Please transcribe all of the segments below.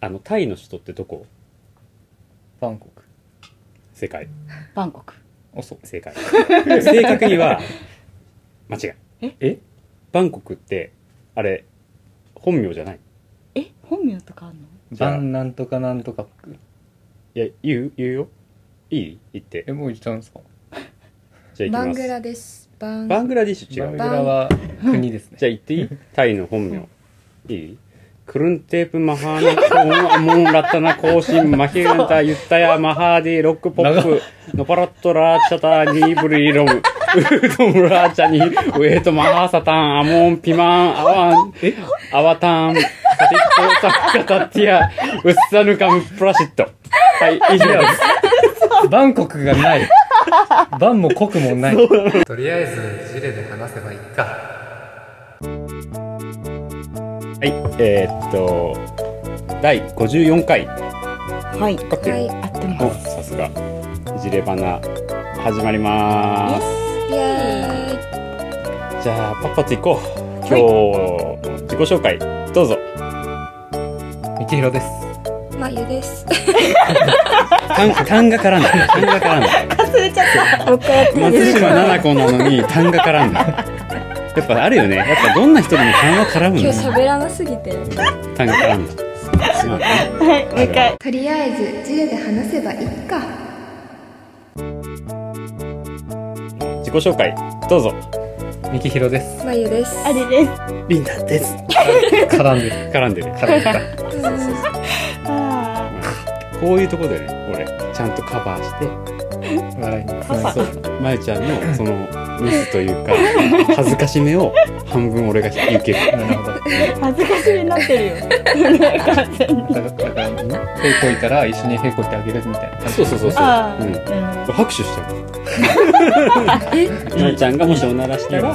あのタイの首都ってどこバンコク正 解バンコク遅い正解正確には間違いえバンコクってあれ本名じゃないえ本名とかあんのじゃあバンなんとかなんとかクいや言う言うよいい言ってえもう行っちゃうんですかじゃあバ行ンきグまラデシュバンすバングラディッシュバン違うグじゃラは国ですねあ言っていいタイの本名いいクルンテープマハーナコーンアモンラッタナコーシンマヒガンタユッタヤマハーディロックポップノパラットラーチャタニーブリーロムウートムラーチャニーウエートマハーサタンアモンピマンアワンえアワタンカティットサッカタティアウッサヌカムプラシットはい以上ですバンコクがない バンもコクもないとりあえずジレで話せばいいかはい、えーっと、第54回、はい合ってる合っておますさすが、いじれ花、始まりまイエーイす。じゃあ、パッパと行こう。今日、自己紹介、どうぞ。三木ひろですまゆです。単単が絡んだ。 単が絡んだ。忘れちゃったもう一回やっていい松です島か奈々子なのに、単が絡んだ。やっぱあるよね。やっぱどんな人でも単が絡むん今だ日な。喋らなすぎて。単が絡んだ。すまんはいもう一回とりあえず、ジレで話せばいいか。自己紹介、どうぞ。三木ひろですまゆです。あれですリンダです。絡んでる絡んでる。絡んで るそうそうそうあこういうとこでね、俺、ちゃんとカバーして、笑いにつながりそうまゆちゃんのそのミスというか恥ずかしめを半分俺が引き受けるなるほど恥ずかしいになってるよ完全にだからだからへこいたら一緒にへこいてあげるみたいなそうそうそうそう、ああうん、う拍手しちゃうまゆちゃんがもしおならしたらも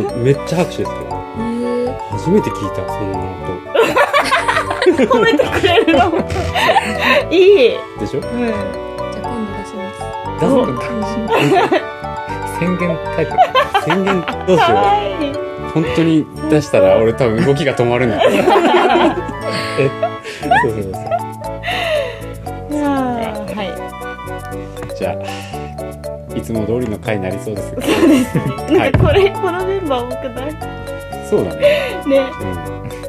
うめっちゃ拍手ですよえー初めて聞いたそんな音ん褒めてくれるのいいでしうんょじゃあ今度出します。だぞ宣言タイプ宣言どうしかよわいいう本当に出したら俺多分動きが止まるんだえそうそうそいうやーはいじゃあいつも通りの回になりそうですけどはないんかこれ、このメンバー多くないそうだね、ね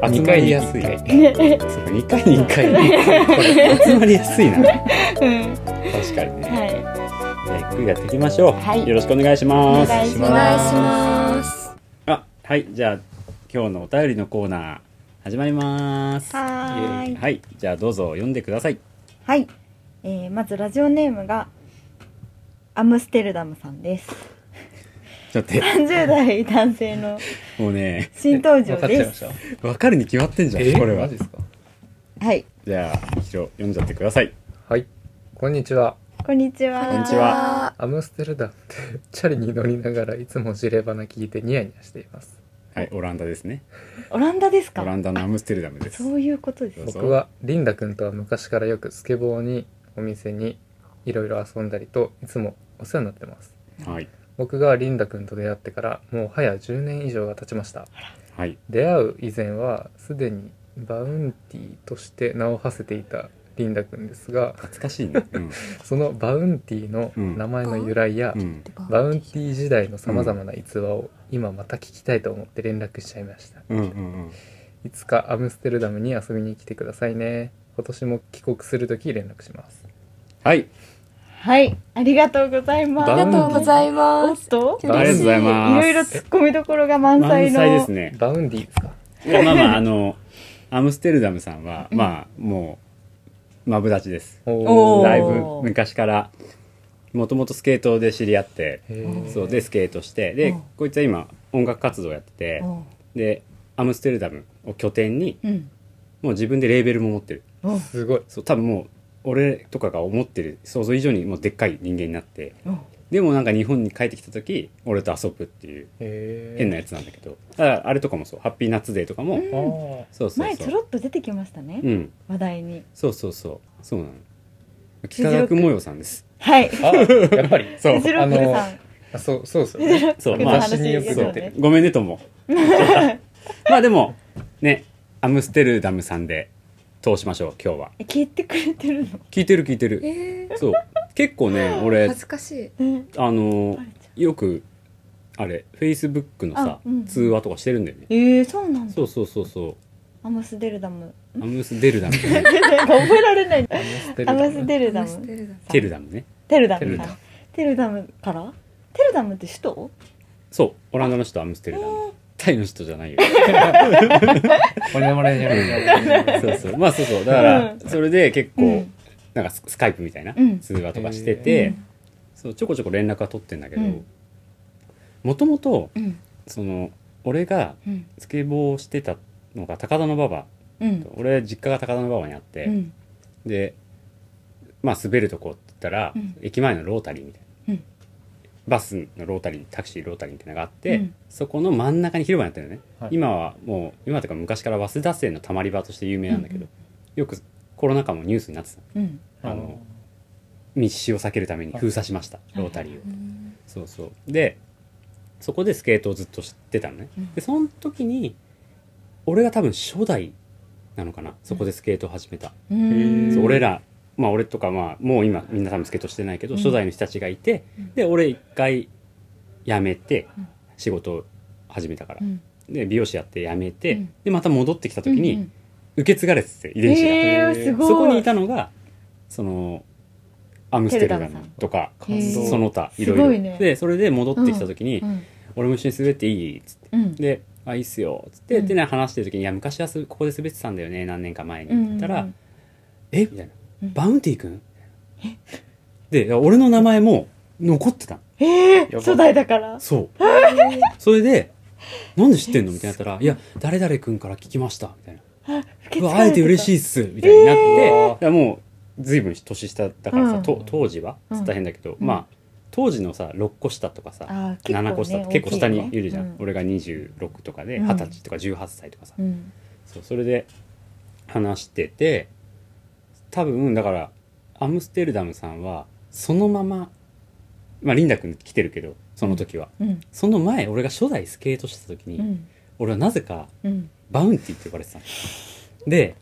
うん、集まりやす二い回に一回ねそう2回に1回これ集まりやすいなうん確かにね、はじゃあゆっくりやっていきましょう、はいよろしくお願いしいおます願いしお願いますします。あはいじゃあ今日のお便りのコーナー始まりますはーいはいじゃあどうぞ読んでくださいはい、えー、まずラジオネームがアムステルダムさんですちょっと待っ30代男性のてもうね新登場分かっちゃいでますした分かるに決まってんじゃんこれはマジですかはいじゃあひろ読んじゃってくださいはいこんにちはこんにちはこんにちはアムステルダムでチャリに乗りながらいつもジレバナ聞いてニヤニヤしていますはいオランダですねオランダですオラかンダのアムステルダムですそういうことですどうぞ僕はリンダ君とは昔からよくスケボーにお店にいろいろ遊んだりといつもお世話になってますはい僕がリンダ君と出会ってからもう早10年以上が経ちましたはい出会う以前はすでにバウンティーとして名を馳せていたリンダ君ですが懐かしいねうん、そのバウンティーの名前の由来や、うん、バウンティー時代のさまざまな逸話を今また聞きたいと思って連絡しちゃいました、うんうんいつかアムステルダムに遊びに来てくださいね今年も帰国するとき連絡しますはいはいありがとうございますバありがとうございおまっす。とありがとうございいますろいろ突っ込みどころが満満載の載ですねバウンディーですかいやまあまああのアムステルダムさんは、まあもうマブダチですおおーだいぶ昔からもともとスケートで知り合ってそうでスケートしてで、うんこいつは今音楽活動やってて、うんでアムステルダムを拠点にうんもう自分でレーベルも持ってるすごいそう多分もう俺とかが思ってる想像以上にもうでっかい人間になってうんでもなんか日本に帰ってきた時俺と遊ぶっていう変変なやつなんだけどだからあれとかもそう「ハッピーナッツデー」とかも、あーそうそうそう前ちょろっと出てきましたね、うん話題にそうそうそうそうなの幾何学模様さんですはいあやっぱりそうフジロックさんあそうそうですよね そうのまあ話ですそようねごめん ねともまあでもねアムステルダムさんで通しましょう今日はえ聞いてくれてるの聞いてる聞いてるえそう結構ねー、俺恥ずかしい。うんあのバレちゃよくあれフェイスブックのさあうん通話とかしてるんだよねうえー、そうなんだそうそうそうそうアムステルダムアムスデルダムね覚えられないアムステアルダムスムテルダ話してムるだテルダムねテルダムテルかダムテルダムからテルダムって首都そうオランダの人はアムステルダムタイの人じゃないよこれもねじゃないそうそうまあそうそうだからうんそれで結う構んなんかススカイプみたいなうん通話とかしててそうちょこちょこ連絡は取ってんだけどうんもともとうんその俺がうんスケボーしてたのが高田馬場うん俺実家が高田馬場にあって、うんでまあ滑るとこって言ったら、うん駅前のロータリーみたいな、うんバスのロータリータクシーロータリーみたいなのがあって、うんそこの真ん中に広場になってるのね、はい今はもう今というか昔から早稲田生のたまり場として有名なんだけど、うんうよくコロナ禍もニュースになってたうんあの密集を避けるために封鎖しました、いロータリーを、うんそうそうでそこでスケートをずっと知ってたのね、うんでその時に俺が多分初代なのかなそこでスケートを始めた、うへーそんう俺ら、まあ、俺とか、まあ、もう今みんな多分スケートしてないけど、うん初代の人たちがいて、うんで俺一回辞めてうん仕事を始めたからう、んで美容師やって辞めて、うんでまた戻ってきた時うんうんに受け継がれてて遺伝子が、えーすごいそこにいたのがそのアムステルダテルダムムさんとかへーその他いすろいごろ、いねでそれで戻ってきた時に「うん俺も一緒に滑っていい?」っつってうんで「あいいっすよ」っつって、うんでね話してる時に「いや昔はすここで滑ってたんだよね何年か前に」うってん言ったら「うんえみたいなうんバウンティ君で俺の名前も残ってたのえーば初代だからそうそれで「なんで知ってんの?」みたいになったら「いや誰々君から聞きました」みたいな「うわあえて嬉しいいっす」みたいになって、えーだからもう随分年下だからさ、うんと当時はうん大変だけど、うんまあ当時のさ6個下とかさ、あー結構ね7個下って結構大きい下よねにいるじゃん、うん俺が26とかでうん二十歳とか18歳とかさ、うんそうそれで話してて多分だからアムステルダムさんはそのまま、まあ、リンダ君来てるけどその時は、うんその前俺が初代スケートしてた時に、うん俺はなぜかうんバウンティって呼ばれてたので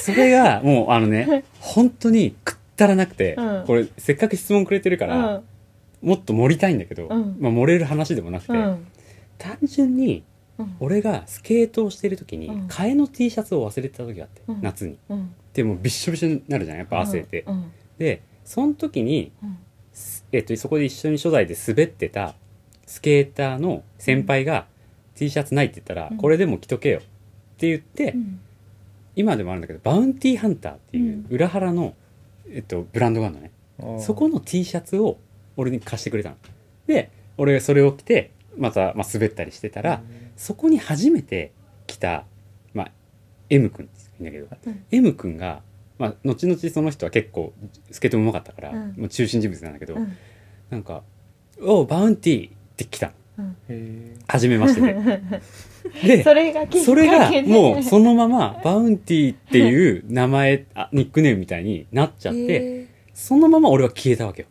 それがもうあのね本当にくったらなくて、うんこれせっかく質問くれてるかうら、んもっと盛りたいんだけど、うんまあ、盛れる話でもなくて、うん単純にうん俺がスケートをしてる時にうん替えの T シャツを忘れてた時があって、うん夏にうんでもうびっしょびしょになるじゃんやっぱ汗で、うんでその時に、うんすえっとそこで一緒に初代で滑ってたスケーターの先輩が T シャツないって言ったら、うんこれでも着とけよって言って、うん今でもあるんだけどバウンティーハンターっていううん裏腹の、えっと、ブランドがあるのねそこの T シャツを俺に貸してくれたので俺がそれを着てまた、まあ、滑ったりしてたら、そこに初めて来た、まあ、M 君って言うんだけど、うん M 君が、まあ、後々その人は結構スケートもうまかったから、うんもう中心人物なんだけど、うんなんか「おうバウンティー」って来たのへ初めましてで でそれがきっかけでそれがもうそのままバウンティーっていう名前あニックネームみたいになっちゃって、えーそのまま俺は消えたわけよ、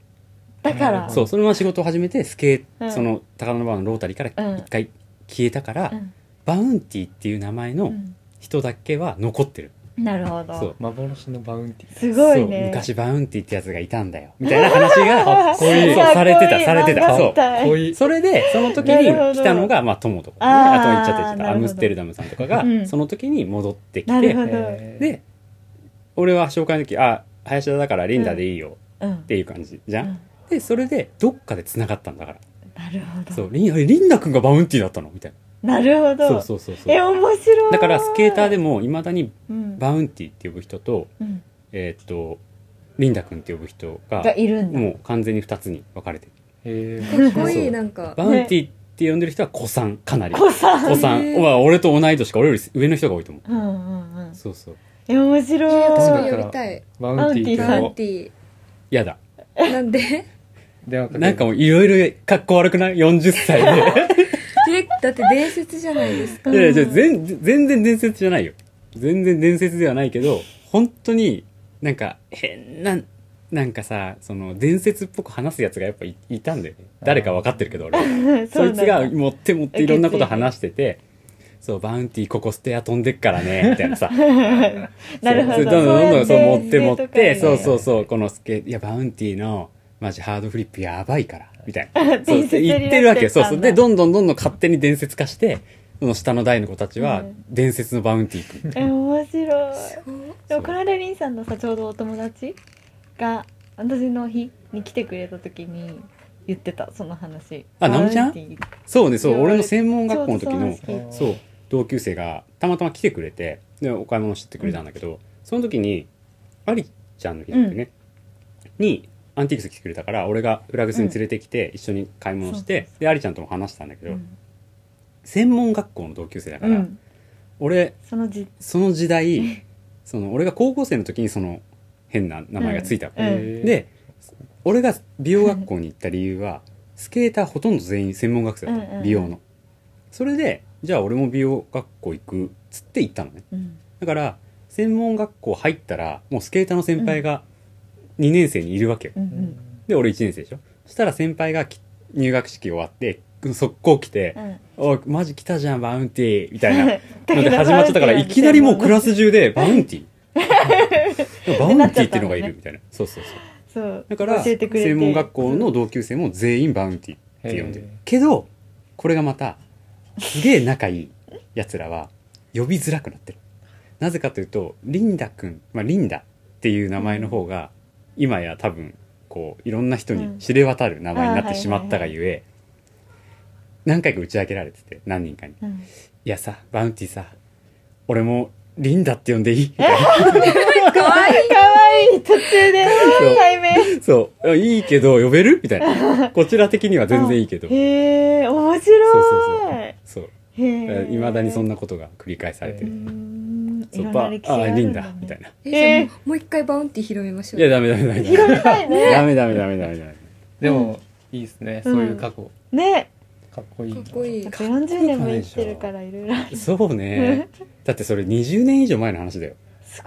だかうらんそうそのまま仕事を始めてスケ、うんその高野馬場のロータリーからうん一回消えたから、うんバウンティーっていう名前の人だけは残ってる、なるほそどう幻のバウンティすごいそうね昔バウンティーってやつがいたんだよみたいな話 がかっこいいそうかっこいいされてたされて漫た画そみうたいこいいそれでその時なにるほど来たのがまあ友とか、ね、あーあとは言っちゃって言っちゃっなたるアほどムステルダムさんとかが、うんその時に戻ってきなるほてどで俺は紹介の時「あ林田だからリンダでいいよ」うんっていう感じじゃん、うんでそれでどっかでつながったんだから、なるほどそうリンあれリンダ君がバウンティーだったのみたいなるほなどそうそうそうそえう面白いだからスケーターでもいまだにうんバウンティーって呼ぶ人と、うんえーっとリンダ君って呼ぶ人ががいるんだもう完全に2つに分かれてるへかっこそういそういなんかバウンティって呼んでる人は子さんかなり子さん子さんへーは俺と同い年か俺より上の人が多いと思うんうんううんそうそうえ面私も白い呼びたいバウンティーババウとンティやだーなん で電話かけなんかもういろいろ格好悪くない40歳でえだって伝説じゃないですか いやいやじゃあ全全然伝説じゃないよ全然伝説ではないけど本当になんか変ななんかさその伝説っぽく話すやつがやっぱいいたんだよね誰か分かってるけど俺はうんそそういなんだつが持って持っていろんなこと話しててそう、バウンティーここステア飛んでっから ね、みたいなさ。なるほそうど。どんどんどんどんそうや持っって持って、生徒会そうそうそう、このスケ、いや、バウンティーの、マジハードフリップやばいから、みたいな。そう、伝説になってた言んだってるわけよ。そうそう。で、どんどんどんどん勝手に伝説化して、その下の台の子たちは、伝説のバウンティー君。え面白いごいでもこの間りんさんのさちょうどお友達が私の日に来てくれた時に言ってたその話あなおちゃんバウンティーそうね、そう、いや俺の専門学校の時のちょうどその、そう、同級生がたまたま来てくれて、で、お買い物してくれたんだけど、その時に、ありちゃんの日だっけね、に、アンティークス来てくれたから、俺が裏口に連れてきて、一緒に買い物して、で、ありちゃんとも話したんだけど、うん専門学校の同級生だから、うん俺、そのじその時 代、その、俺が高校生の時にその、変な名前がついたわけ、うんで、俺が美容学校に行った理由は、スケーターほとんど全員専門学生だったの、うんうんうん美容の。それで、じゃあ俺も美容学校行くっつって行ったのね。うんだから、専門学校入ったら、もうスケーターの先輩が2年生にいるわけよ。うんううんで、俺1年生でしょ。そしたら先輩がき入学式終わって、速攻来てう、んおい、マジ来たじゃん、バウンティーみたいな。の だでけど始まっちゃったから、いきなりもうクラス中で、バウンティー。バウンティーっていう のがいるみたいな。そうそうそう。そうだから、教えてくれて専門学校の同級生も全員バウンティーって呼んでる。けど、これがまた、すげえ仲いい奴らは、呼びづらくなってる。なぜかというと、リンダくん、まあ、リンダっていう名前の方が、今や多分、こう、いろんな人に知れ渡る名前になってしまったがゆえ、何回か打ち明けられてて、何人かに。うんいやさ、バウンティさ、俺もリンダって呼んでいいみたいな かわいいかわいい途中でそう対面そう、いいけど呼べるみたいな。こちら的には全然いいけど。そうへえ面そう白いそう。へえいまだにそんななことが繰り返されてうる。いそうろんばな歴史がああ、るリンんだダ、みたいな。えじゃあえーもうもう一回バウンティー広めましょいうや、ダメダメダメダメ。広めたいねダメダメダメダメダメ。でも、いいですね。そういう過去。ねかっこいい。かっこいいだって40年も生きてるからいろいろそう ね。だってそれ20年以上前の話だよ。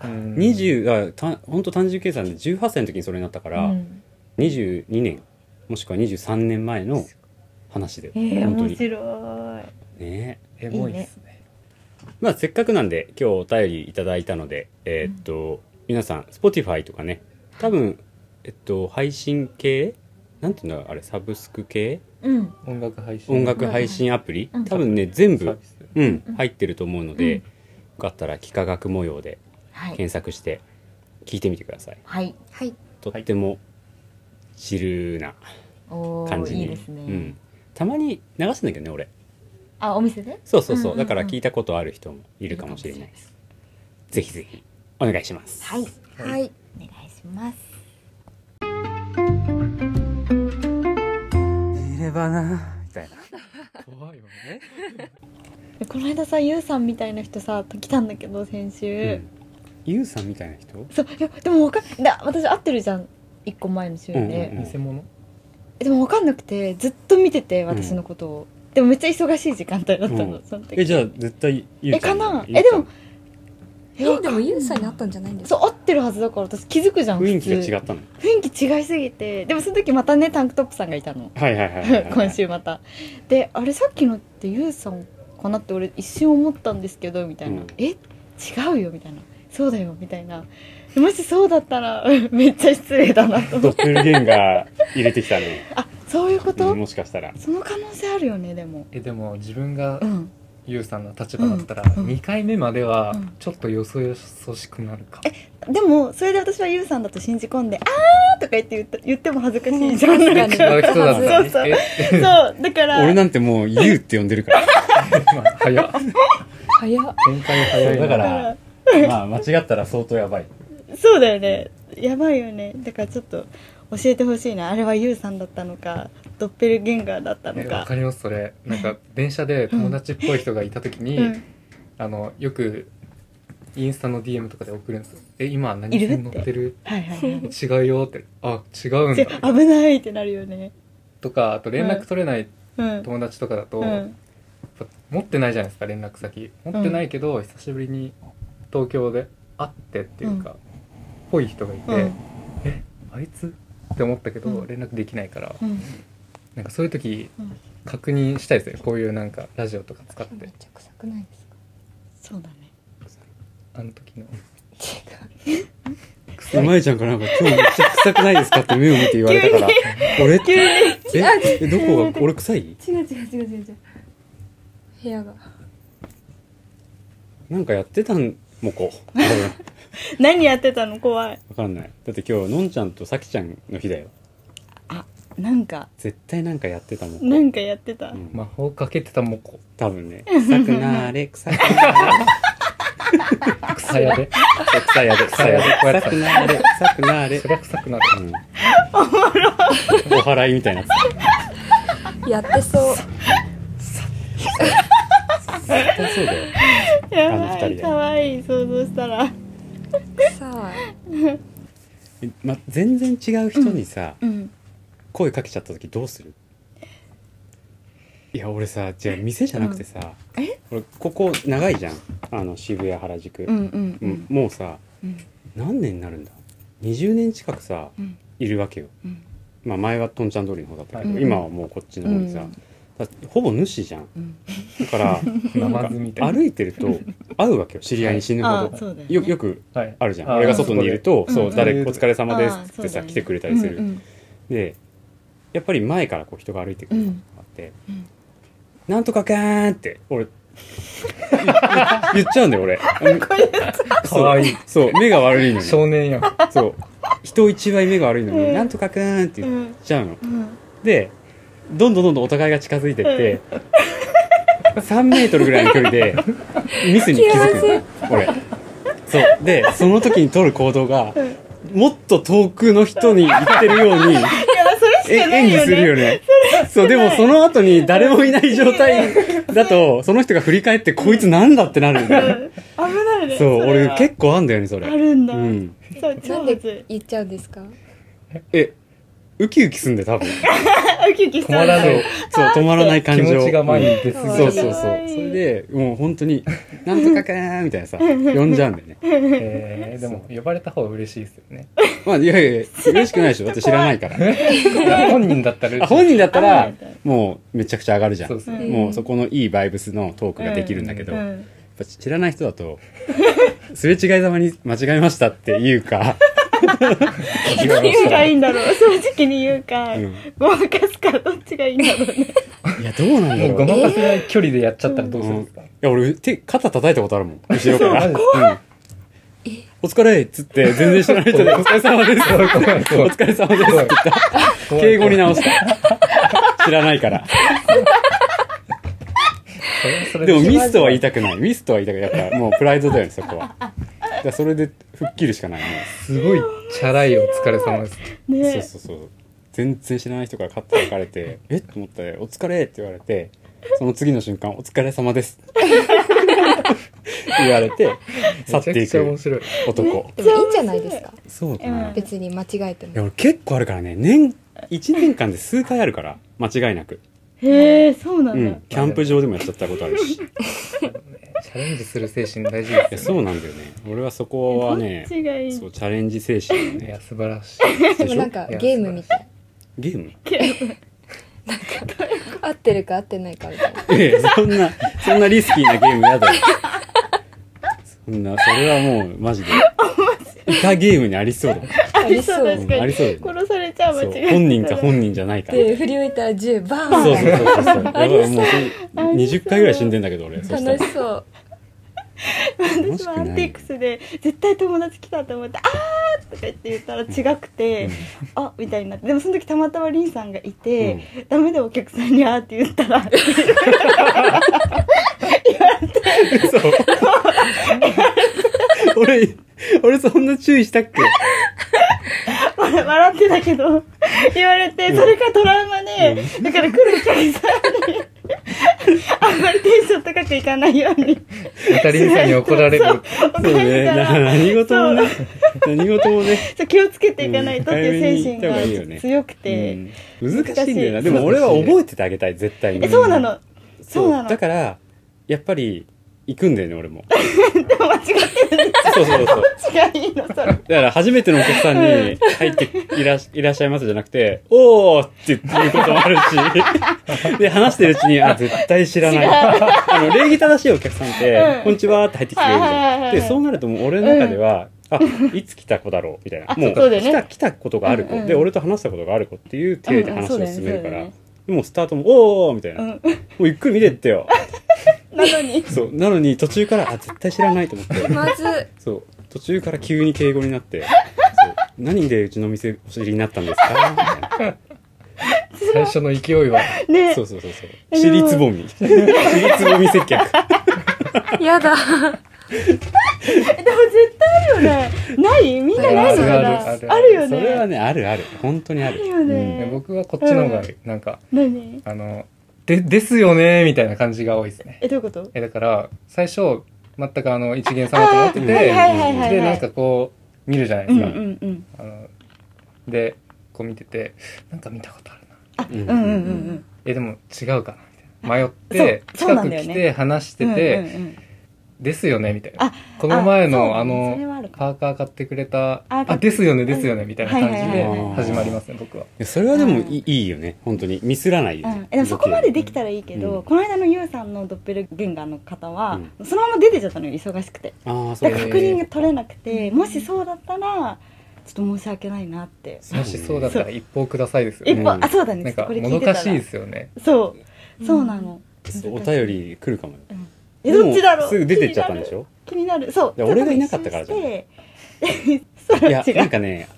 うん。 20、あたほんと単純計算で18歳の時にそれになったから、22年、もしくは23年前の話だよ。えー、本当面に。ね白いえ。エモいっすね。まあ、せっかくなんで今日お便りいただいたので、えーっと、皆さん Spotify とかね多分、えっと、配信系なんていうんだあれサブスク系うん音楽配信。音楽配信アプリ、うん多分ね全サー部ビ、ス。うんうん入ってると思うので、よかったら幾何学模様ではい検索して聞いてみてください、はいはいとってもチルなお感ーじにいいですね、うん、たまに流すんだけどね俺あお店でそうそうそう,、うんうんうんだから聞いたことある人もいるかもしれないですぜひぜひお願いしますはいはいお願いしますいればなみたいな怖いよね。この間さゆうさんみたいな人さ来たんだけど先週、ゆうさんみたいな人そういやでもわかんだ私会ってるじゃん一個前の週で、うんうんうん偽物でもわかんなくてずっと見てて私のことを、でもめっちゃ忙しい時間帯だったの、うんその時えじゃあ絶対ゆうちゃんだよねえかなえでもえでもゆうさんに会ったんじゃないんですそかう合ってるはずだから私気づくじゃんゆうちゃん雰囲気うが違ったの雰囲気違いすぎてでもその時またねタンクトップさんがいたのはいはいはいはいはい今週またであれさっきのってゆうさんかなって俺一瞬思ったんですけどみたいな、うんえ違うよみたいなそうだよみたいなもしそうだったら めっちゃ失礼だな と思ドってッペルゲンガー入れてきたねあそういうこと、うんもしかしたらその可能性あるよねでもえ、でも自分がうんゆうさんの立場だったら、うん2回目まではうん、ちょっとよそよそしくなるか。でもそれで私はゆうさんだと信じ込んで「あー」とか言って言った言っても恥ずかしいじゃんうんなん確かか違う人だったそうそうね。え、そうだから俺なんてもうゆうって呼んでるからまあ早っ。早っ展開早いな。だかだらからまあ間違ったら相当やばいそうだよねやばいよねだからちょっと教えてほしいなあれはユウさんだったのかドッペルゲンガーだったのえわかかりますそれなんか電車で友達っぽい人がいた時に、うんあのよくインスタの DM とかで送るんですよ「え今何いる線乗ってるはいはいはい違うよ」って「あ違うんじゃだあ危ないってなるよね」とかあと連絡取れないうん友達とかだと、うやっんぱ持ってないじゃないですか連絡先持ってないけど、久しぶりに東京で会ってっていうか、ぽい人がいて、うんえあいつって思ったけど、うん連絡できないからうんなんかそういう時、うん確認したいですねこういうなんかラジオとか使っめてっちゃ臭くないですかそうだねあの時のうまいちゃんからなんか今日めっちゃ臭くないですかって目を見て言われたから俺ってええどこが俺臭い違う違う違う違う違う部屋がなんかやってたんもこう多分何やってたの怖いわかんないだって今日のんちゃんとさきちゃんの日だよなんか絶対なんかやってたもんなんかやってた、うん魔法かけてたモコ多分ね臭くな ーれ臭くなー草屋でれ臭いやで臭いやでこうやって臭くなーれ臭くなーれそりゃ臭くなるうんお祓いみたいなややってそうつ絶対そうだよやあのば二人いでかわいい想像したらさあえま、全然違う人にさ、うん声かけちゃった時どうするいや俺さじゃあ店じゃなくてさ、俺ここ長いじゃんあの渋谷原宿、うんうんうんもうさうん何年になるんだ20年近くさ、うんいるわけよ、うんまあ前はとんちゃん通りの方だったけど、うん今はもうこっちの方にさ、だってほぼ主じゃんうんだからナマズみたいな歩いてると会うわけよ知り合いに死ぬほど、あそうだよねよよくはいあるじゃんあー俺が外にいると「うんそううん誰お疲れ様です」っつってあーそうださ、ね来てくれたりする、うんうんでやっぱり前からこう人が歩いてくるのがあって、うんうんなんとかかーんって俺 い言っちゃうんだよ俺そう可愛いそう目が悪いのに少年やんそう人一倍目が悪いのに、うんなんとかくーんって言っちゃうの、うんでどんどんどんどんお互いが近づいてって、3メートルぐらいの距離でミスに気づくの俺そうでその時に取る行動が、もっと遠くの人に言ってるようにいやそえれ しかな演い技よするねよねそうでもその後に誰もいない状態だとその人が振り返ってこいつなんだってなるんだよ危ないねそうれは俺結構あんだよねそれあるんだ、うんそうな超んむずでい言っちゃうんですかえウキウキすんで多分あウキウキし止またんらだないそう止まらない感気情持ちが前に出すぎそうそうちそうゃっそたれでもう本当に「なんとかかー」みたいなさ呼んじゃうんだよねえーでも呼ばれた方が嬉しいですよねまあいやいや嬉しくないでしょだって知らないから本人だったらあ本人だったらもうめちゃくちゃ上がるじゃそうんそううんもうそこのいいバイブスのトークができるんだけどうやっんぱ知らない人だとすれ違いざまに間違えましたっていうか違いま言うしたがいいんだろう正直に言うか、うん ごまかすかどっちがいいんだろうねいやどうなんだもうごろうまかせない距離でやっちゃったらどうするんですかいや俺手肩叩いたことあるもん後ろからそううんお疲れっつって全然知らない人で「お疲れ様です」怖い怖い怖おい疲れ様ですって言った。敬語に直した。知らないから。それはそれでもミスとは言いたくない。ミスとは言いたくない。やっぱもうプライドだよね、そこは。だからそれで吹っ切るしかないね。すごいチャラいお疲れ様ですねそうそうそう。全然知らない人からカッと分かれて、えっと思ったら、お疲れって言われて、その次の瞬間、お疲れ様 です。言われて、去めっちゃてくいちゃ面く白い男。でもいいんじゃないですかそうかうんな。い別に間違えてや、も俺結構あるからね、年、1年間で数回あるから、間違いなく。へえそうなうんだ、ん。キャンプ場でもやっちゃったことあるし。チャレンジする精神大事いやですよそうなんだよね俺はそこはねどっちがいいそうチャレンジ精神ねいねや素晴らしいでもなんかゲームみたいゲーム合ってるか合ってないかみたいなええそんなそんなリスキーなゲームやだよそんなそれはもうマジでイカゲームにありそうだもんありそうありそうだしうんありそうだよね殺されちゃう間そう違えた本人か本人じゃないかで振り向いたら銃バーンそうそうそうそうやばいもうありそう20回ぐらい死んでんだけど俺そしたら楽しそ楽うし私もアくンなテいィークスで絶対友達来たと思って「あー!」とか言って言ったら違くて「あみたいになってでもその時たまたまリンさんがいて「ダメだよお客さんにあー」って言ったらそう 俺俺そんな注意したっけ笑笑ってたけど言われてそれがトラウマで、だから来るお客さんにあんまりテンション高くいかないようにイタリンさんに怒られるそうそうねかなら何事もね何事もね そう気をつけていかないとっていう精神うん早めに行った方がいいよがね強くて、うん、難しいんだよな難しいでも俺は覚えててあげたい絶対にえそうなのそうそうなのだからやっぱり行くんだよね俺もでも間違ってるそうそうそう違いいのそれだから初めてのお客さんに入っていらっいらっしゃいますじゃなくて「おー!」って言うこともあるし で、話してるうちに、あ、絶対知らない。あの、礼儀正しいお客さんってう、んこんにちはって入ってきてくれるじはいはいはいゃはん。いで、そうなるともう俺の中では、あ、いつ来た子だろうみたいな。あもう、そうだよ来ねた、来たことがある子うんう。んで、俺と話したことがある子っていう体でうんうん話そうをだよね進めるからそうだよね。でもうスタートも、おーおーみたいな。うもんうゆっくり見てってよ。なのにそう。なのに途中から、あ、絶対知らないと思って。まずいそう途中から急に敬語になってそう何でうちの店お知りになったんですかみたいな最初の勢いはねそうそうそうそう尻つぼみ尻つぼみ接客やだでも絶対あるよねないみんなないのかなあるあるあるあるよそれはねねあるある本当にあるあるよねね僕はこっちの方がなんか、何あのでですよねみたいな感じが多いですねえどういうことえだから最初全くあの一元様と思ってて、あーはいはいはいはいはいでなんかこう見るじゃないでうんすうか、んうんあのでこう見ててなんか見たことあるなうんうんうんうんえでも違うかなみたいな迷ってそうそ近うなくんだよね来て話してうんて、うんうんですよねみたいなあこの前のああそうだねそれはあのるかパーカー買ってくれたああ買ってですよねですよねみたいな感じはいはいではいはい始まりますね僕は。いやそれはでもいいいいよね本当にミスらないようんね、えでもそこまでできたらいいけど、うんこの間のユウさんのドッペルゲンガーの方は、そのまま出てちゃったのよ忙しくてああそだうからね確認が取れなくて、もしそうだったらちょっと申し訳ないなってそうもしそうだったら一報くださいですよ一ね。歩、あそうだねなんちょかっとこれ聞もどいてたからしいですよね。そうそうなの、そうお便り来るかもよえでもどっちだろうすぐ出てっちゃったんでしょ気になる気になるそういや俺がいなかったからじゃんちょっと一い周やして それなんはかね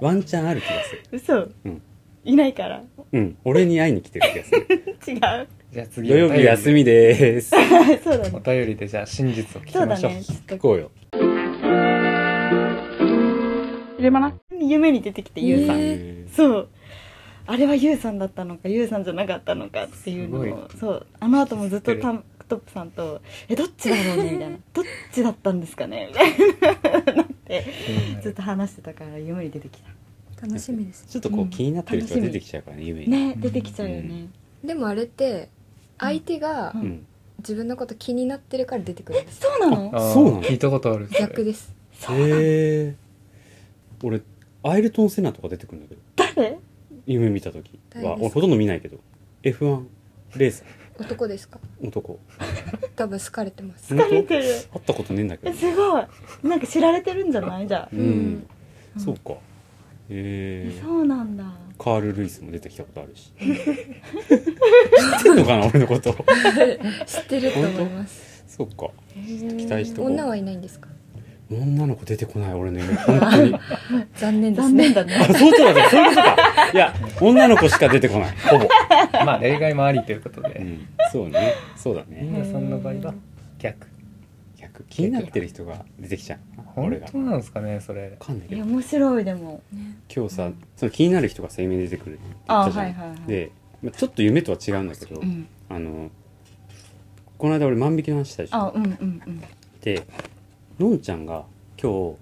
ワンチャンある気がする違うそう、うんいないからうん俺に会いに来てる気がする違うじゃあ次土曜日休みでーす そうだおね便りでじゃあ真実を聞きそうまだしょう。ねちょ行っとこうよ夢に出てきてユウさん、えそうあれはユウさんだったのかユウさんじゃなかったのかっていうのすをそうあの後もずっとタンクトップさんと「えどっちだろうね」みた いな「どっちだったんですかね」みたいなな ってずっと話してたから夢に出てきた楽しみですちょっとこう気になってる人が出てきちゃうからね夢にね出てきちゃうよねでもあれって相手がううん自分のこと気になってるから出てくるんですそうなのあーそうなの聞いたことある。逆ですへえ俺アイルトン・セナとか出てくるんだけど誰夢見た時誰はですか俺ほとんど見ないけど F1 レース男ですか男多分好かれてます本当出会てるったことねえんだけえどすごいなんか知られてるんじゃないじゃうあんうんそうかへえそうなんだカール・ルイスも出てきたことあるし知ってんのかな俺のこと知ってると思いますそうか期期待してこう女はいないんですか女の子出てこない俺の夢本当に残念です残ね念だあねそうだねそういうことかいや女の子しか出てこないほぼ、まあ例外もありということうで。ん、そうねそうだねみんなさんの場合は逆。逆気になってる人が出てきちゃう本俺が当なんですかねそれわ。かんないけいどや面白いでも今日さその気になる人が生命出てくるって言っあたじゃん、はいはいはいでまあちょっと夢とは違うんだけど、うんあのこの間俺万引きの話したでしあょうんうんうんでのんちゃんが今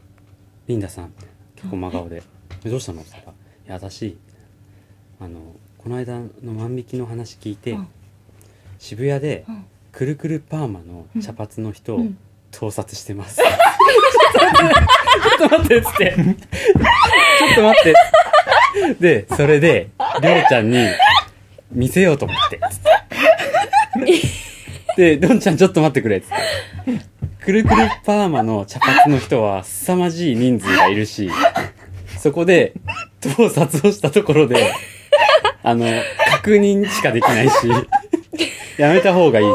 日「リンダさん」結構真顔 で「えどうしたの?」って言ったら「いや私あのこの間の万引きの話聞いて、うん渋谷でうんくるくるパーマの茶髪の人うをん盗撮して ます」ちょっと待ってちょっと待って」っつって「ちょっと待って」でそれでりょうちゃんに見せようと思 ってつってでどんちゃんちょっと待ってくれっつってくるくるパーマの茶髪の人は凄まじい人数がいるしそこで盗撮をしたところであの確認しかできないしやめた方がいいっ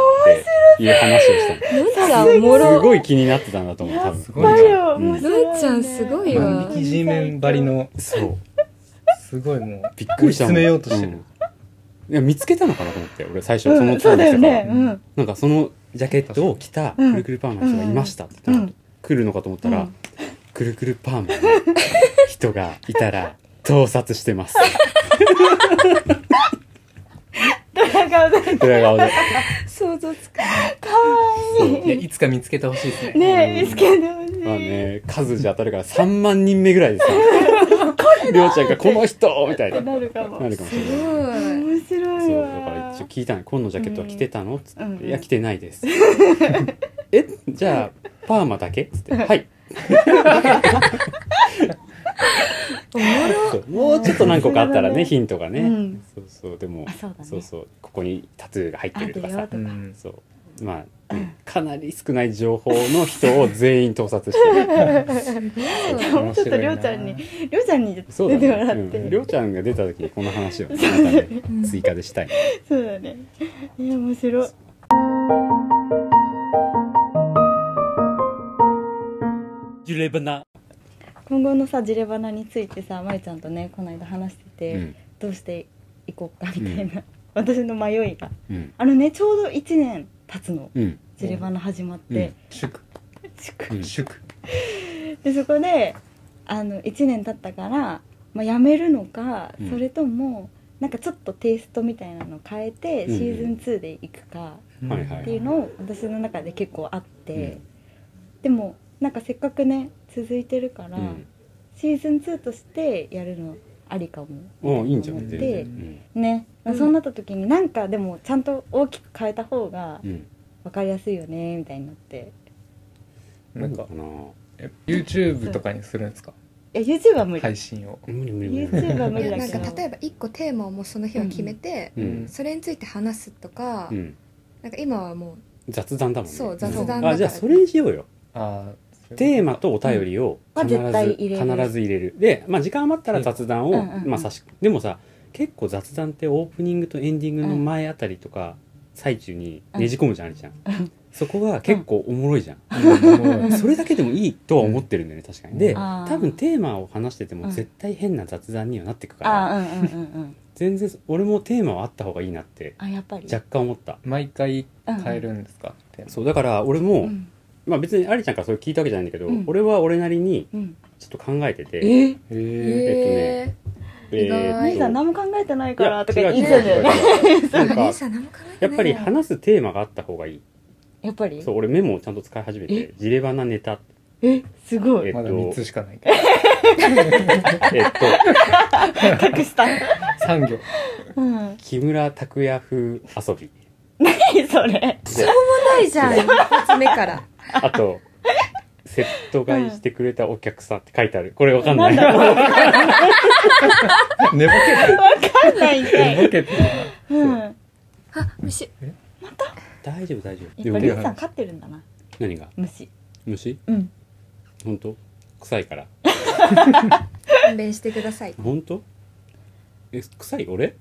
ていう話をしたのんちゃんおものすろごい気になってたんだと思う多分すごいなのんちゃんうんよ面白いねのんちゃんすごいわ万引き G メンばりのそうすごいもうびっくりしたもん追い詰めようとしてる。うんいや見つけたのかなと思って俺最初そのうんそうだよねうんなんかそのジャケットを着たくうんるくるパーマの人がいましたって言ったうら、ん来るのかと思ったら、うんくるくるパーマの人がいたら盗撮して ますドヤ顔でドヤ顔で想像つかかわいいいやいつか見つけてほしいですね。ねえ見つけてほしい、まあね数じゃ当たるから3万人目ぐらいでさ りょうちゃんが「この人!」みたいってなななるかもるかもしれすない。ごい面白いそうわだから一応聞いたの「紺のジャケットは着てたの?」っつって「うんいや着てない です」えじゃあパーマだけ?」っつって「はい」おもろそうもうちょっと何個かあったらねヒントがね、うんそうそうでもあそうだねそうそうここにタトゥーが入ってるとかあさるようんそうまあかなり少ない情報の人を全員盗撮してるでもちょっとりょうちゃんにりょうちゃんに 出てそうだもらっね、うん、りてょうちゃんが出た時にこの話を、ね、また ねうん追加でしたいねそうだねいや面白いジュレバナ今後のさジレバナについてさまゆちゃんとねこの間話してて、うんどうしていこうかみたいな、 私の迷いがうんあのねちょうど1年経つのうんジレバナ始まって、祝宿うん祝でそこであの1年経ったから、まあ、やめるのか、うんそれともなんかちょっとテイストみたいなのを変えて、うんうんシーズン2で行くかはいはいっていうのを私の中で結構あっうて、でもなんかせっかくね続いてるから、うんシーズン2としてやるのありかもおいいんじゃ思なっいて全然うんね、うんそうなった時になんかでもちゃんと大きく変えた方がうん分かりやすいよねみたいになってなんどうかかなえ YouTube とかにするんですかいや YouTube は無理、配信を無理無理無理 YouTube は無理だなけんかど例えば一個テーマをもうその日は決めて、うんそれについて話すとか、うんなんか今はも雑談だもんねそう雑談だからあじゃあそれにしようよああテーマとお便りをうん必ず、は絶対入れる必ず入れるで、まあ、時間余ったら雑談を、うんうんうんうんまあ、差しでもさ結構雑談ってオープニングとエンディングの前あたりとか、最中にねじ込むじゃんあるじゃん、うんそこが結構おもろいじゃん、うんそれだけでもいいとは思ってるんだよね確かにであー多分テーマを話しててうもん絶対変な雑談にはなってくから、ああうんうんうんうん全然俺もテーマはあった方がいいなってあやっぱり若干思った毎回変えるんですかってそうだから俺も、う、うんまあ別にありちゃんからそれ聞いたわけじゃないんだけど、うん俺は俺なりにうん、ちょっと考えててえへええええーと意兄さん何も考えてないからとか言ってたじゃんね違う違う違うー、なん あか兄さん何も考えやてっないぱり話すテーマがあった方がいいやっぱりそう俺メモをちゃんと使い始めてジレバナネ タえすごいえっまだ3とつしかないけどえっと 隠した3行 うん何木村拓哉風遊びそれで ないじゃん一発目 からあと「セット買いしてくれたお客さん」って書いてあるこれわかんなないんだろうわ寝ぼけてるかんないんか寝いぼけてるうんあ虫大丈夫大丈夫やっでぱもり兄さん飼ってるんだな何が虫虫うん本当臭いから勘弁してください本当え臭い俺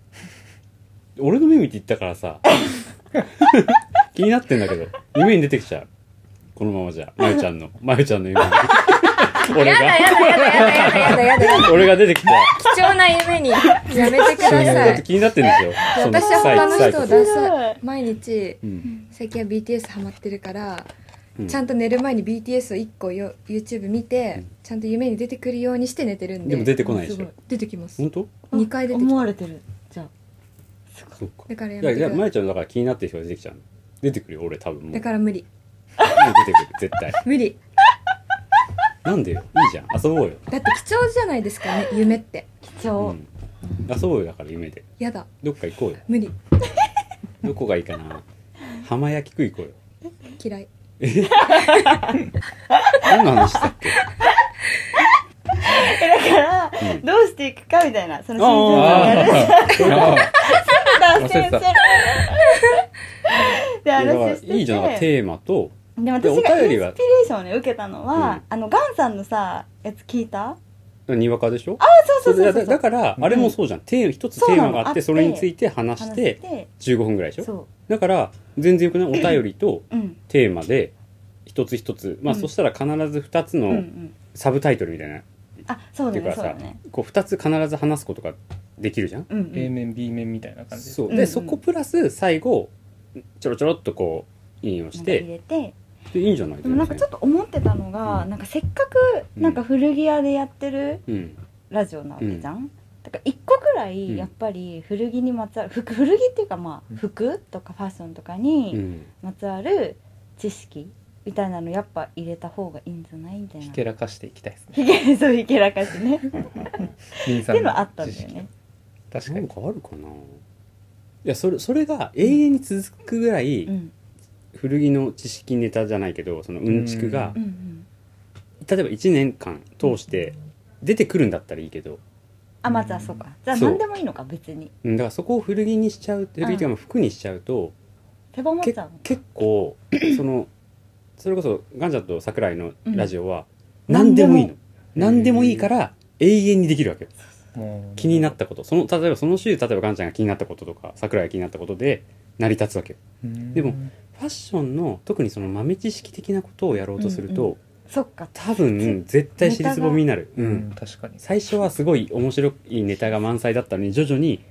俺の目見て言ったからさ 気になってんだけど夢に出てきちゃうこのままじゃまゆちゃんのまゆちゃん の夢に俺がやだやだやだやだやだやだ俺が出てきちゃう貴重な夢にやめてくだださってい気になってんですよそ私は他の臭い人を臭い出とこさ毎日うん最近は BTS ハマってるからうんちゃんと寝る前に BTS を1個よ YouTube 見てちゃんと夢に出てくるようにして寝てるんででも出てこないでしすょごい出てきます本当あ2回出てき思たわれてるじゃあそうかだからやいやめいてやくまだゆちゃんのだから気になってる人が出てきちゃうの出てくるよ俺多分もうだから無理もう出てくる絶対無理なんでよいいじゃん遊ぼうよ、だって貴重じゃないですかね夢って貴う重ん、遊ぼうよだから夢でやだどっか行こうよ無理どこがいいかな浜焼き食い行こうよ嫌い何の話したっけだかうらんどうしていくかみたいなそのシあーズンをやるあ脱忘れ線てたするでだから話してていいじゃんなんかテーマとでで私おがイ便ンスピりレはーションをね受けたのは、うんあのガンさんのさやつ聞いたにわかでしょあそうそうそうそうだだからあれもそうじゃん、テーマ一つテーマがあってそそうなのれについて話し話してて15分ぐらいでしょそだから全然よくないお便りとううんテーマで一つ一つまあ、うんそしたら必ず2つうんうのんサブタイトルみたいな、あそうっだていうねかそさうだねこう2つ必ず話すことができるじゃん、うんう A ん面 B 面みたいな感じそううで、うんうんそこプラス最後ちょろちょろっとこう引用しなんかて入れてでいいんじゃないでもなんかちょっと思ってたのが、うんなんかせっかくなんか古着屋でやってる全然ラジオなわけじゃん、だから一個くらうんいやっぱり古着にまつわる服古着っていうかまあ服とかファッションとかうん、うにん、まつわる知識みたいなのやっぱ入れた方がいいんじゃないみたいなひけらかしていきたいですねひげ そうひけらかしねリンっさていんうのあったのん知だよ識ね確かなんにかあるかないやそれそれが永遠に続くぐらい、うん古着の知識ネタじゃないけどそのうんちくがううんうん例えば1年間通して出てくるんだったらいいけどあまずはそうかじゃあそう何でもいいのか別にうんだからそこを古着にしちゃう古着っていうかまあ服にしちゃうと、手羽元けちゃうの結構 そのそれこそガンジャと桜井のラジオは、うん何でもいい何でのも何でもいいから永遠にできるわけよもう気になったことその例えばその週例えばガンちゃんが気になったこととか桜井が気になったことで成り立つわけようんでもファッションの特にその豆知識的なことをやろうとすると、うんそっか多分絶対尻すぼみになる、ううんん、確かに最初はすごい面白いネタが満載だったのに徐々に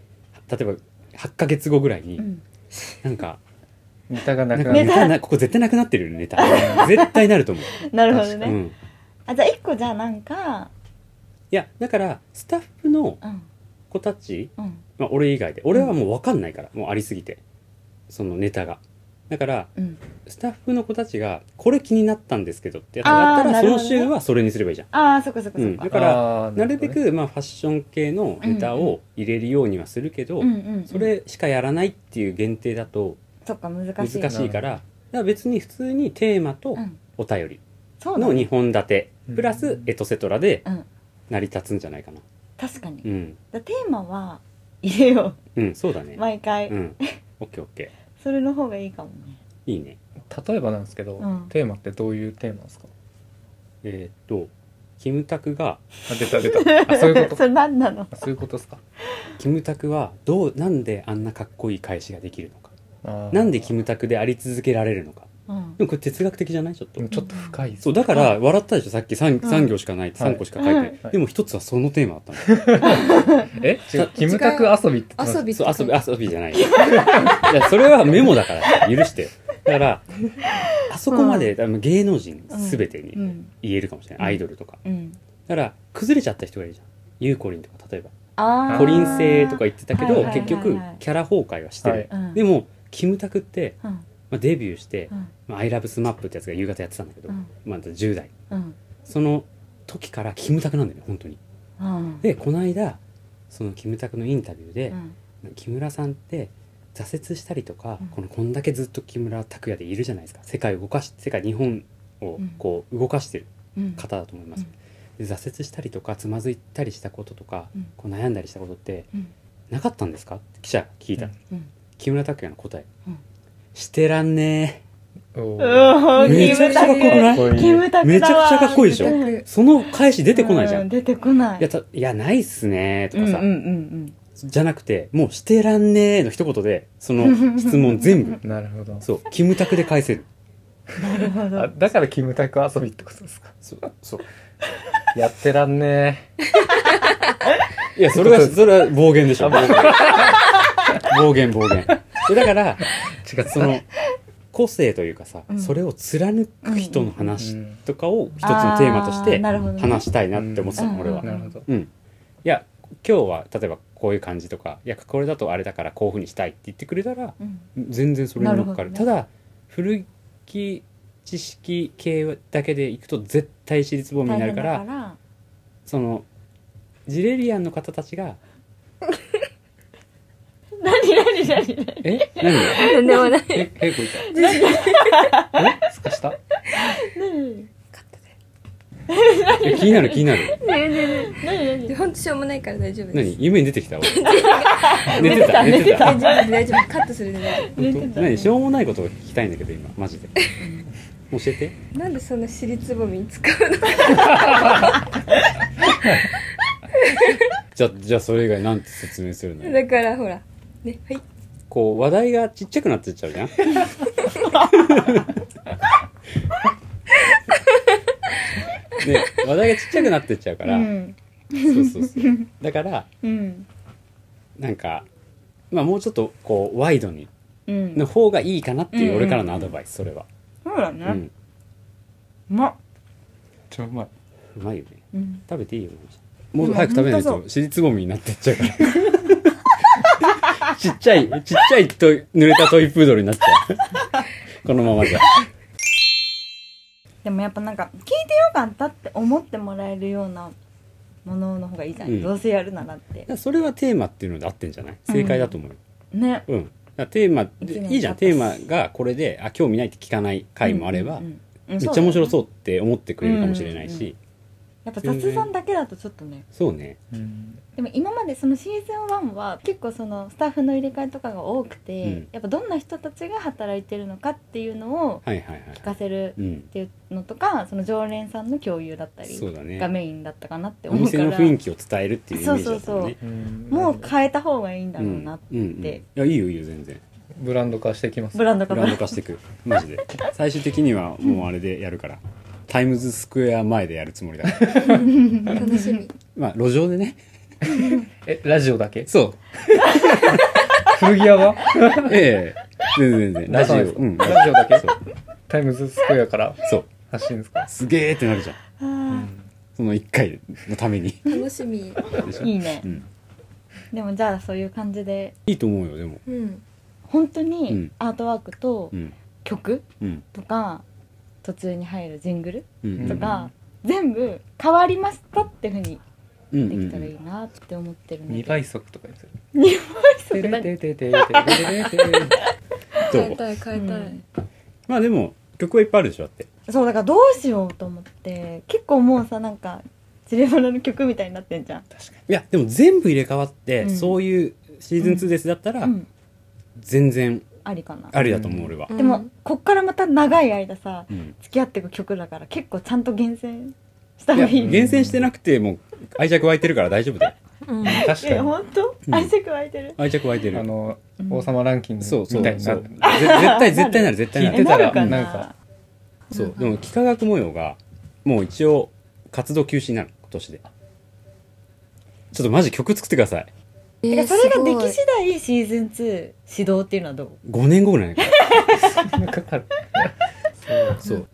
例えば8ヶ月後ぐらいに、うんなんかネタがななんかくなネるタなここ絶対なくなってるよね ネタ絶対なると思う、なるほど ね、うん、あじゃあ一個じゃあなんかいやだからスタッフのうん子たち、うんまあ、俺以外で俺はもう分かんないから、もうありすぎてそのネタがだからうんスタッフの子たちがこれ気になったんですけどってやつがあったあーらなそるほのどね週はそれにすればいいじゃんああそっかそっかそっうんかだからあーなるべほどねく、まあ、ファッション系のネタを入れるようにはするけど、うんうんうんそれしかやらないっていう限定だとそっか難難しいしいからだから別に普通にテーマとうんお便りそうだのね2本立て、うんプラスエトセトラでうん成り立つんじゃないかな確かにうん、だテーマは入れようん、そうだね、う毎回、うんオッケーオッケそれの方がいいかもねーいいね例えばなんですけど、うんテーマってどういうテーマですかえーっとキムタクがあ出た出たあそういうこと それ何なのあそういうことですかキムタクはどうなんであんなかっこいい返しができるのかあーなんでキムタクであり続けられるのかうんでもこれ哲学的じゃないちょっとでもちょっと深いですそう、だから、笑ったでしょ、さっき 3, うん三行しかないって、はい3個しか書いてない。はいでも一つはそのテーマあったの。え違うキムタク遊びって言ってました遊びそとうか遊び、遊びじゃない。いや、それはメモだから、許してよ。だから、あそこまで、あの芸能人すべてうにん言えるかもしれない。アイドルとか。うんだから、崩れちゃった人がいるじゃん。ゆうこりんとか、例えば。ああコリン星とか言ってたけはどいはいは、いはい結局、キャラ崩壊はしてはるい。うんでも、キムタクって、うんまあデビューしてう、んまあ、I love SMAP ってやつが夕方やってたんだけどう、んまあ、10代。うんその時からキムタクなんだよね、本当に。うんでこの間そのキムタクのインタビューでう、ん木村さんって挫折したりとか、うんこのこんだけずっと木村拓哉でいるじゃないですか世界を動かし世界日本をうんこう動かしてるうん方だと思います、うんで挫折したりとかつまずいたりしたこととか、うんこう悩んだりしたことって、うんなかったんですかって記者が聞いた、うんうん木村拓哉の答え、うんしてらんねおうーえんめちゃくちゃかっこよくなかっこいいいキムタクめちだゃくわちゃかっこいいでしょキムタクその返し出てこないじゃん、うい出てこないやたいやないっすねとうんかうんさ、うんじゃなくて、もうしてらんねーの一言で、その質問全 部、なるほどそう、キムタクで返せる。うんなるほあどだからキムタク遊びってことですかそう、そう。やってらんねいや、それは、それは暴言でしょ。暴言、暴言。暴言でだから、違うその、個性というかさ、うんそれを貫く人の話うんとかを一つのテーマとしてあーなるほどね話したいなって思ってたうの、ん俺はえ。なるほどうん。いや、今日は、例えばこういう感じとか、いや、これだとあれだからこういうふうにしたいって言ってくれたら、うん全然それに乗っかるなたるほどだ古き知識系だけでいくと絶対私立ぼみに大なるか変だらからそのジレリアンの方たちが何 何何何え何とんでもないええこいたえすかした何いや気になる気になる何で本当しょうもないから大丈夫です何夢に出てきた 俺寝てた寝寝ててた大丈夫大丈夫カットするで大丈寝て本当た何しょうもないことを聞きたいんだけど今マジで教えて夫なんでそんな尻つぼみに使うの じゃじゃあそれ以外なんて説明するのよだからほらねはいこう話題がちっちゃくなってっちゃう じゃんね話題がちっちゃくなってっちゃうから、うんそうそうそうだからうんなんかまあもうちょっとこうワイドにうんの方がいいかなっていううん俺からのアドバイスそれは、そうだうねん、うまっちょうまいうまいよねうん食べていいよもう早く食べないと尻つぼみになってっちゃうから ちっちゃいちっちゃいと濡れたトイプードルになっちゃうこのままじゃでもやっぱなんか聞いてよかったって思ってもらえるようなものの方がいいじゃん、うんどうせやるならってだからそれはテーマっていうので合ってんじゃない正解だと思うよ、ねうんだからテーマ一で年いいじゃん経テっーたマしがこれであ興味ないって聞かない回もあれば、うんうんうんめっちゃ面白うそうって思ってくれるかもしれないし、んやっぱ雑談だけだとちょっとねそうねうんでも今までそのシーズン1は結構そのスタッフの入れ替えとかが多くて、うんやっぱどんな人たちが働いてるのかっていうのをはいはいはい聞かせるうんっていうのとかその常連さんの共有だったりそうだがねメインだったかなってお思うか店らの雰囲気を伝えるっていうイメージだったそうもんそうねうんもう変えた方がいいんだろううんな、うんうんいやいいよいいよ全然ブランド化してきますブランドブかランド化していく マジで最終的にはもうあれでやるから、タイムズスクエア前でやるつもりだから楽しみまあ路上でねえラジオだけそう古着屋はええ全然全然ラジオ出さないですかうんラジオだけそうタイムズスクエアからそう発信ですかすげーってなるじゃんその1回のために楽しみでしょいいねうん、でもじゃあそういう感じでいいと思うよでもうん本当うにんアートワークとうん曲うんとか途中に入るジングルうんとか、全部変わりましたっていうふうにうんうんできたらういいんなって思ってるんだけ2ど、倍速とかにするそうだねててててててててど変えうたい変えたい、うんまあでも曲はいっぱいあるでしょだってそうだからどうしようと思って結構もうさなんかジレバナの曲みたいになってんじゃんいやでも全部入れ替わって、うんそういうシーズン2ですだったら、うん全然ありかなありだと思う俺は、でもこっからまた長い間さうん付き合っていく曲だから結構ちゃんと厳選したい方やがいい厳選してなくてもう愛着湧いてるから大丈夫だようん、確えか本当うん愛着湧いてる愛着湧いてるにあのうん王様ランキングそうそうみたいにそなうるぜ絶対絶対ななる絶対聞ないてるたならるかななんかそうでも幾何学模様がもう一応活動休止になる今年でちょっとマジ曲作ってくださいえてかーそれがですごいき次第シーズン2始動っていうのはどう5年後ぐらいかかかるら そう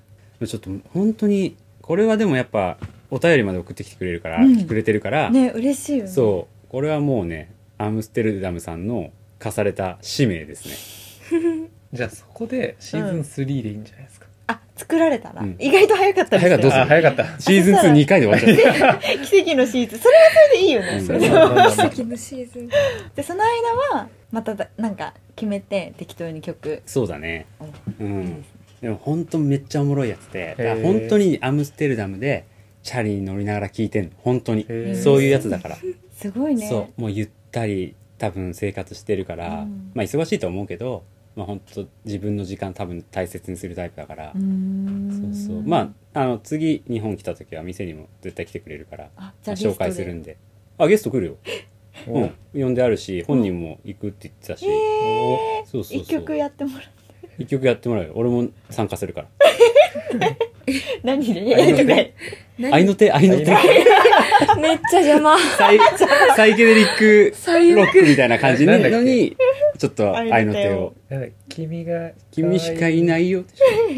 ちょっと本当にこれはでもやっぱお便りまで送ってきてくれるから、うん来てくれてるから、ね嬉しいよねそうこれはもうねアムステルダムさんの課された使命ですねじゃあそこでシーズン3でいいんじゃないですかあ作られたら、うん意外と早かったです早かったよどうすある早かったシーズン22回で終わっちゃっ奇跡のシーズンそれはそれでいいよね、うんそれそでう奇跡のシーズンでその間はまただなんか決めて適当に曲た そうだねをうんでも本当めっちゃおもろいやつでだからへー本当にアムステルダムでチャリに乗りながら聴いてんの本当にへーそういうやつだからすごいねそうもうゆったり多分生活してるから、うんまあ忙しいと思うけど、まあ、本当自分の時間多分大切にするタイプだからう、ーんそうそうまああの次日本来た時は店にも絶対来てくれるから、あじまあゃあゲ紹スト介でするんであゲスト来るよ、おうん、呼んであるし本人も行くって言ってたし、えそうそうそー、う一曲やってもらう一曲やってもらうよ俺も参加するから何で合い の手愛の手愛の手めっちゃ邪魔サイサイケデリック最ロ悪ックみたいな感じなのなんだっにちょっと愛の手愛の手ををなんだっけ君が「君しかいないいよ」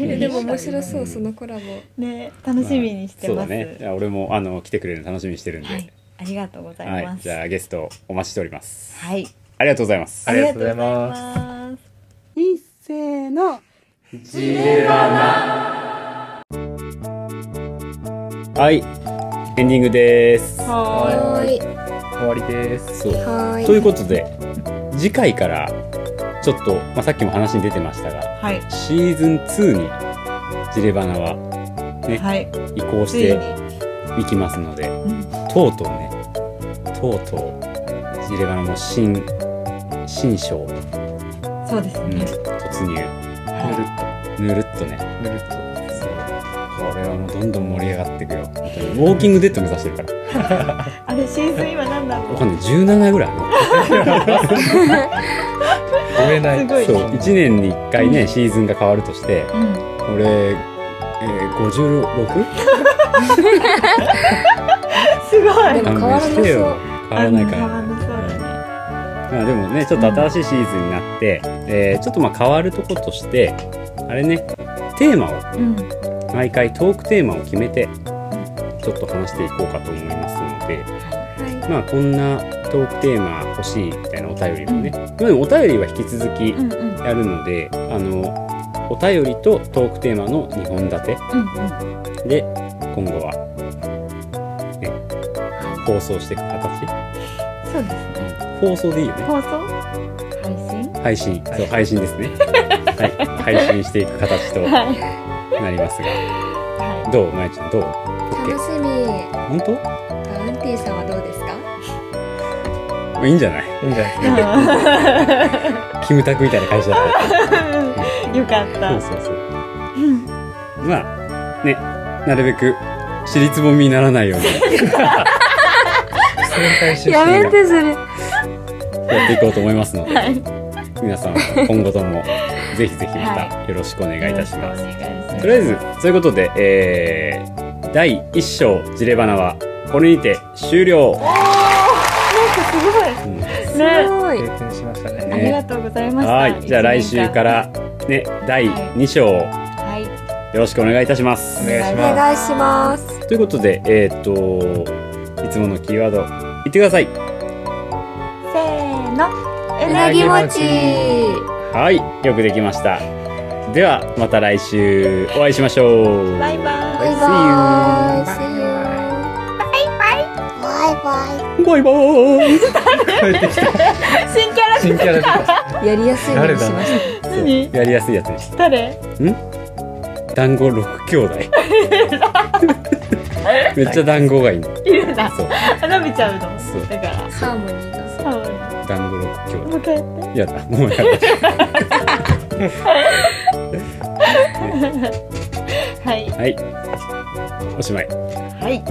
えでも面白うそんうそのコラボね楽しみにしてます、そうだねいや俺もあの来てくれるの楽しみにしてるんで、はいありがとうございはまいすじゃあゲストお待ちしておりますはいありがとうございますありがとうございますありがとうございますいせーのはいエンディングですはーい終わりですそうはーいということで次回からちょっと、まあ、さっきも話に出てましたがはいシーズン2にジレバナはねはい移行しついにていきますので、んとうとうねとうとうジレバナの新新章、うん、そうですね、突入はぬるっとねぬるっとそうこれはもうどんどん盛り上がっていくよ本当にウォーキングデッド目指してるからい、あれシーズン今なんだわかんない17ぐらいあ追えないすごるいそう1年に1回ね、シーズンが変わるとしてうん俺、えー、56? すごいでも変わらなそう勘弁してよ変わらないから変わらなそうだねまあでもねちょっと新しいシーズンになって、えーちょっとまあ変わるとことしてあれねテーマをうん毎回トークテーマを決めてちょっと話していこうかと思いますのではまあこんなトークテーマ欲しいみたいなお便りもね、まあでもお便りは引き続きうんうんやるので、あのお便りとトークテーマの2本立てうんうんで今後は、ね、放送していく形そうですね放送でいいよね放送配信配信そう配信ですね はい配信していく形とはいなりますがはどうまゆちゃんどう楽しみ本バウンティーさんはどうですか当いいんじゃないいいんじゃないですかキムタクみたいな感じだった よかったそうそうそうまあねなるべく尻つぼみにならないように戦隊出身やめてそれやっていこうと思いますので、はい皆さん今後ともぜひぜひまたよろしくお願いいたします。とりあえずそういうことで、えー第1章「ジレバナ」はこれにて終了、うんすねすごい経験しましたね。ありがとうございましたはいじゃあ来週からね第2章をよはいろしくお願いいたします。お願いしおます。願いしますということでえーっといつものキーワード言ってください。せーのううななぎぎ餅はいよくできました。ではまた来週お会いしましょう。バイバイバイバイ See you バイバーイ新キャラ新キャラ出た。やりやすいようにしました何やりやすいやつにし誰た団子六兄弟めっちゃ団子がいいねいるなそう花火ちゃうのそうだからハーモニーが多団分子六兄弟もう一回ややってだもうやだはいはいおしまいはい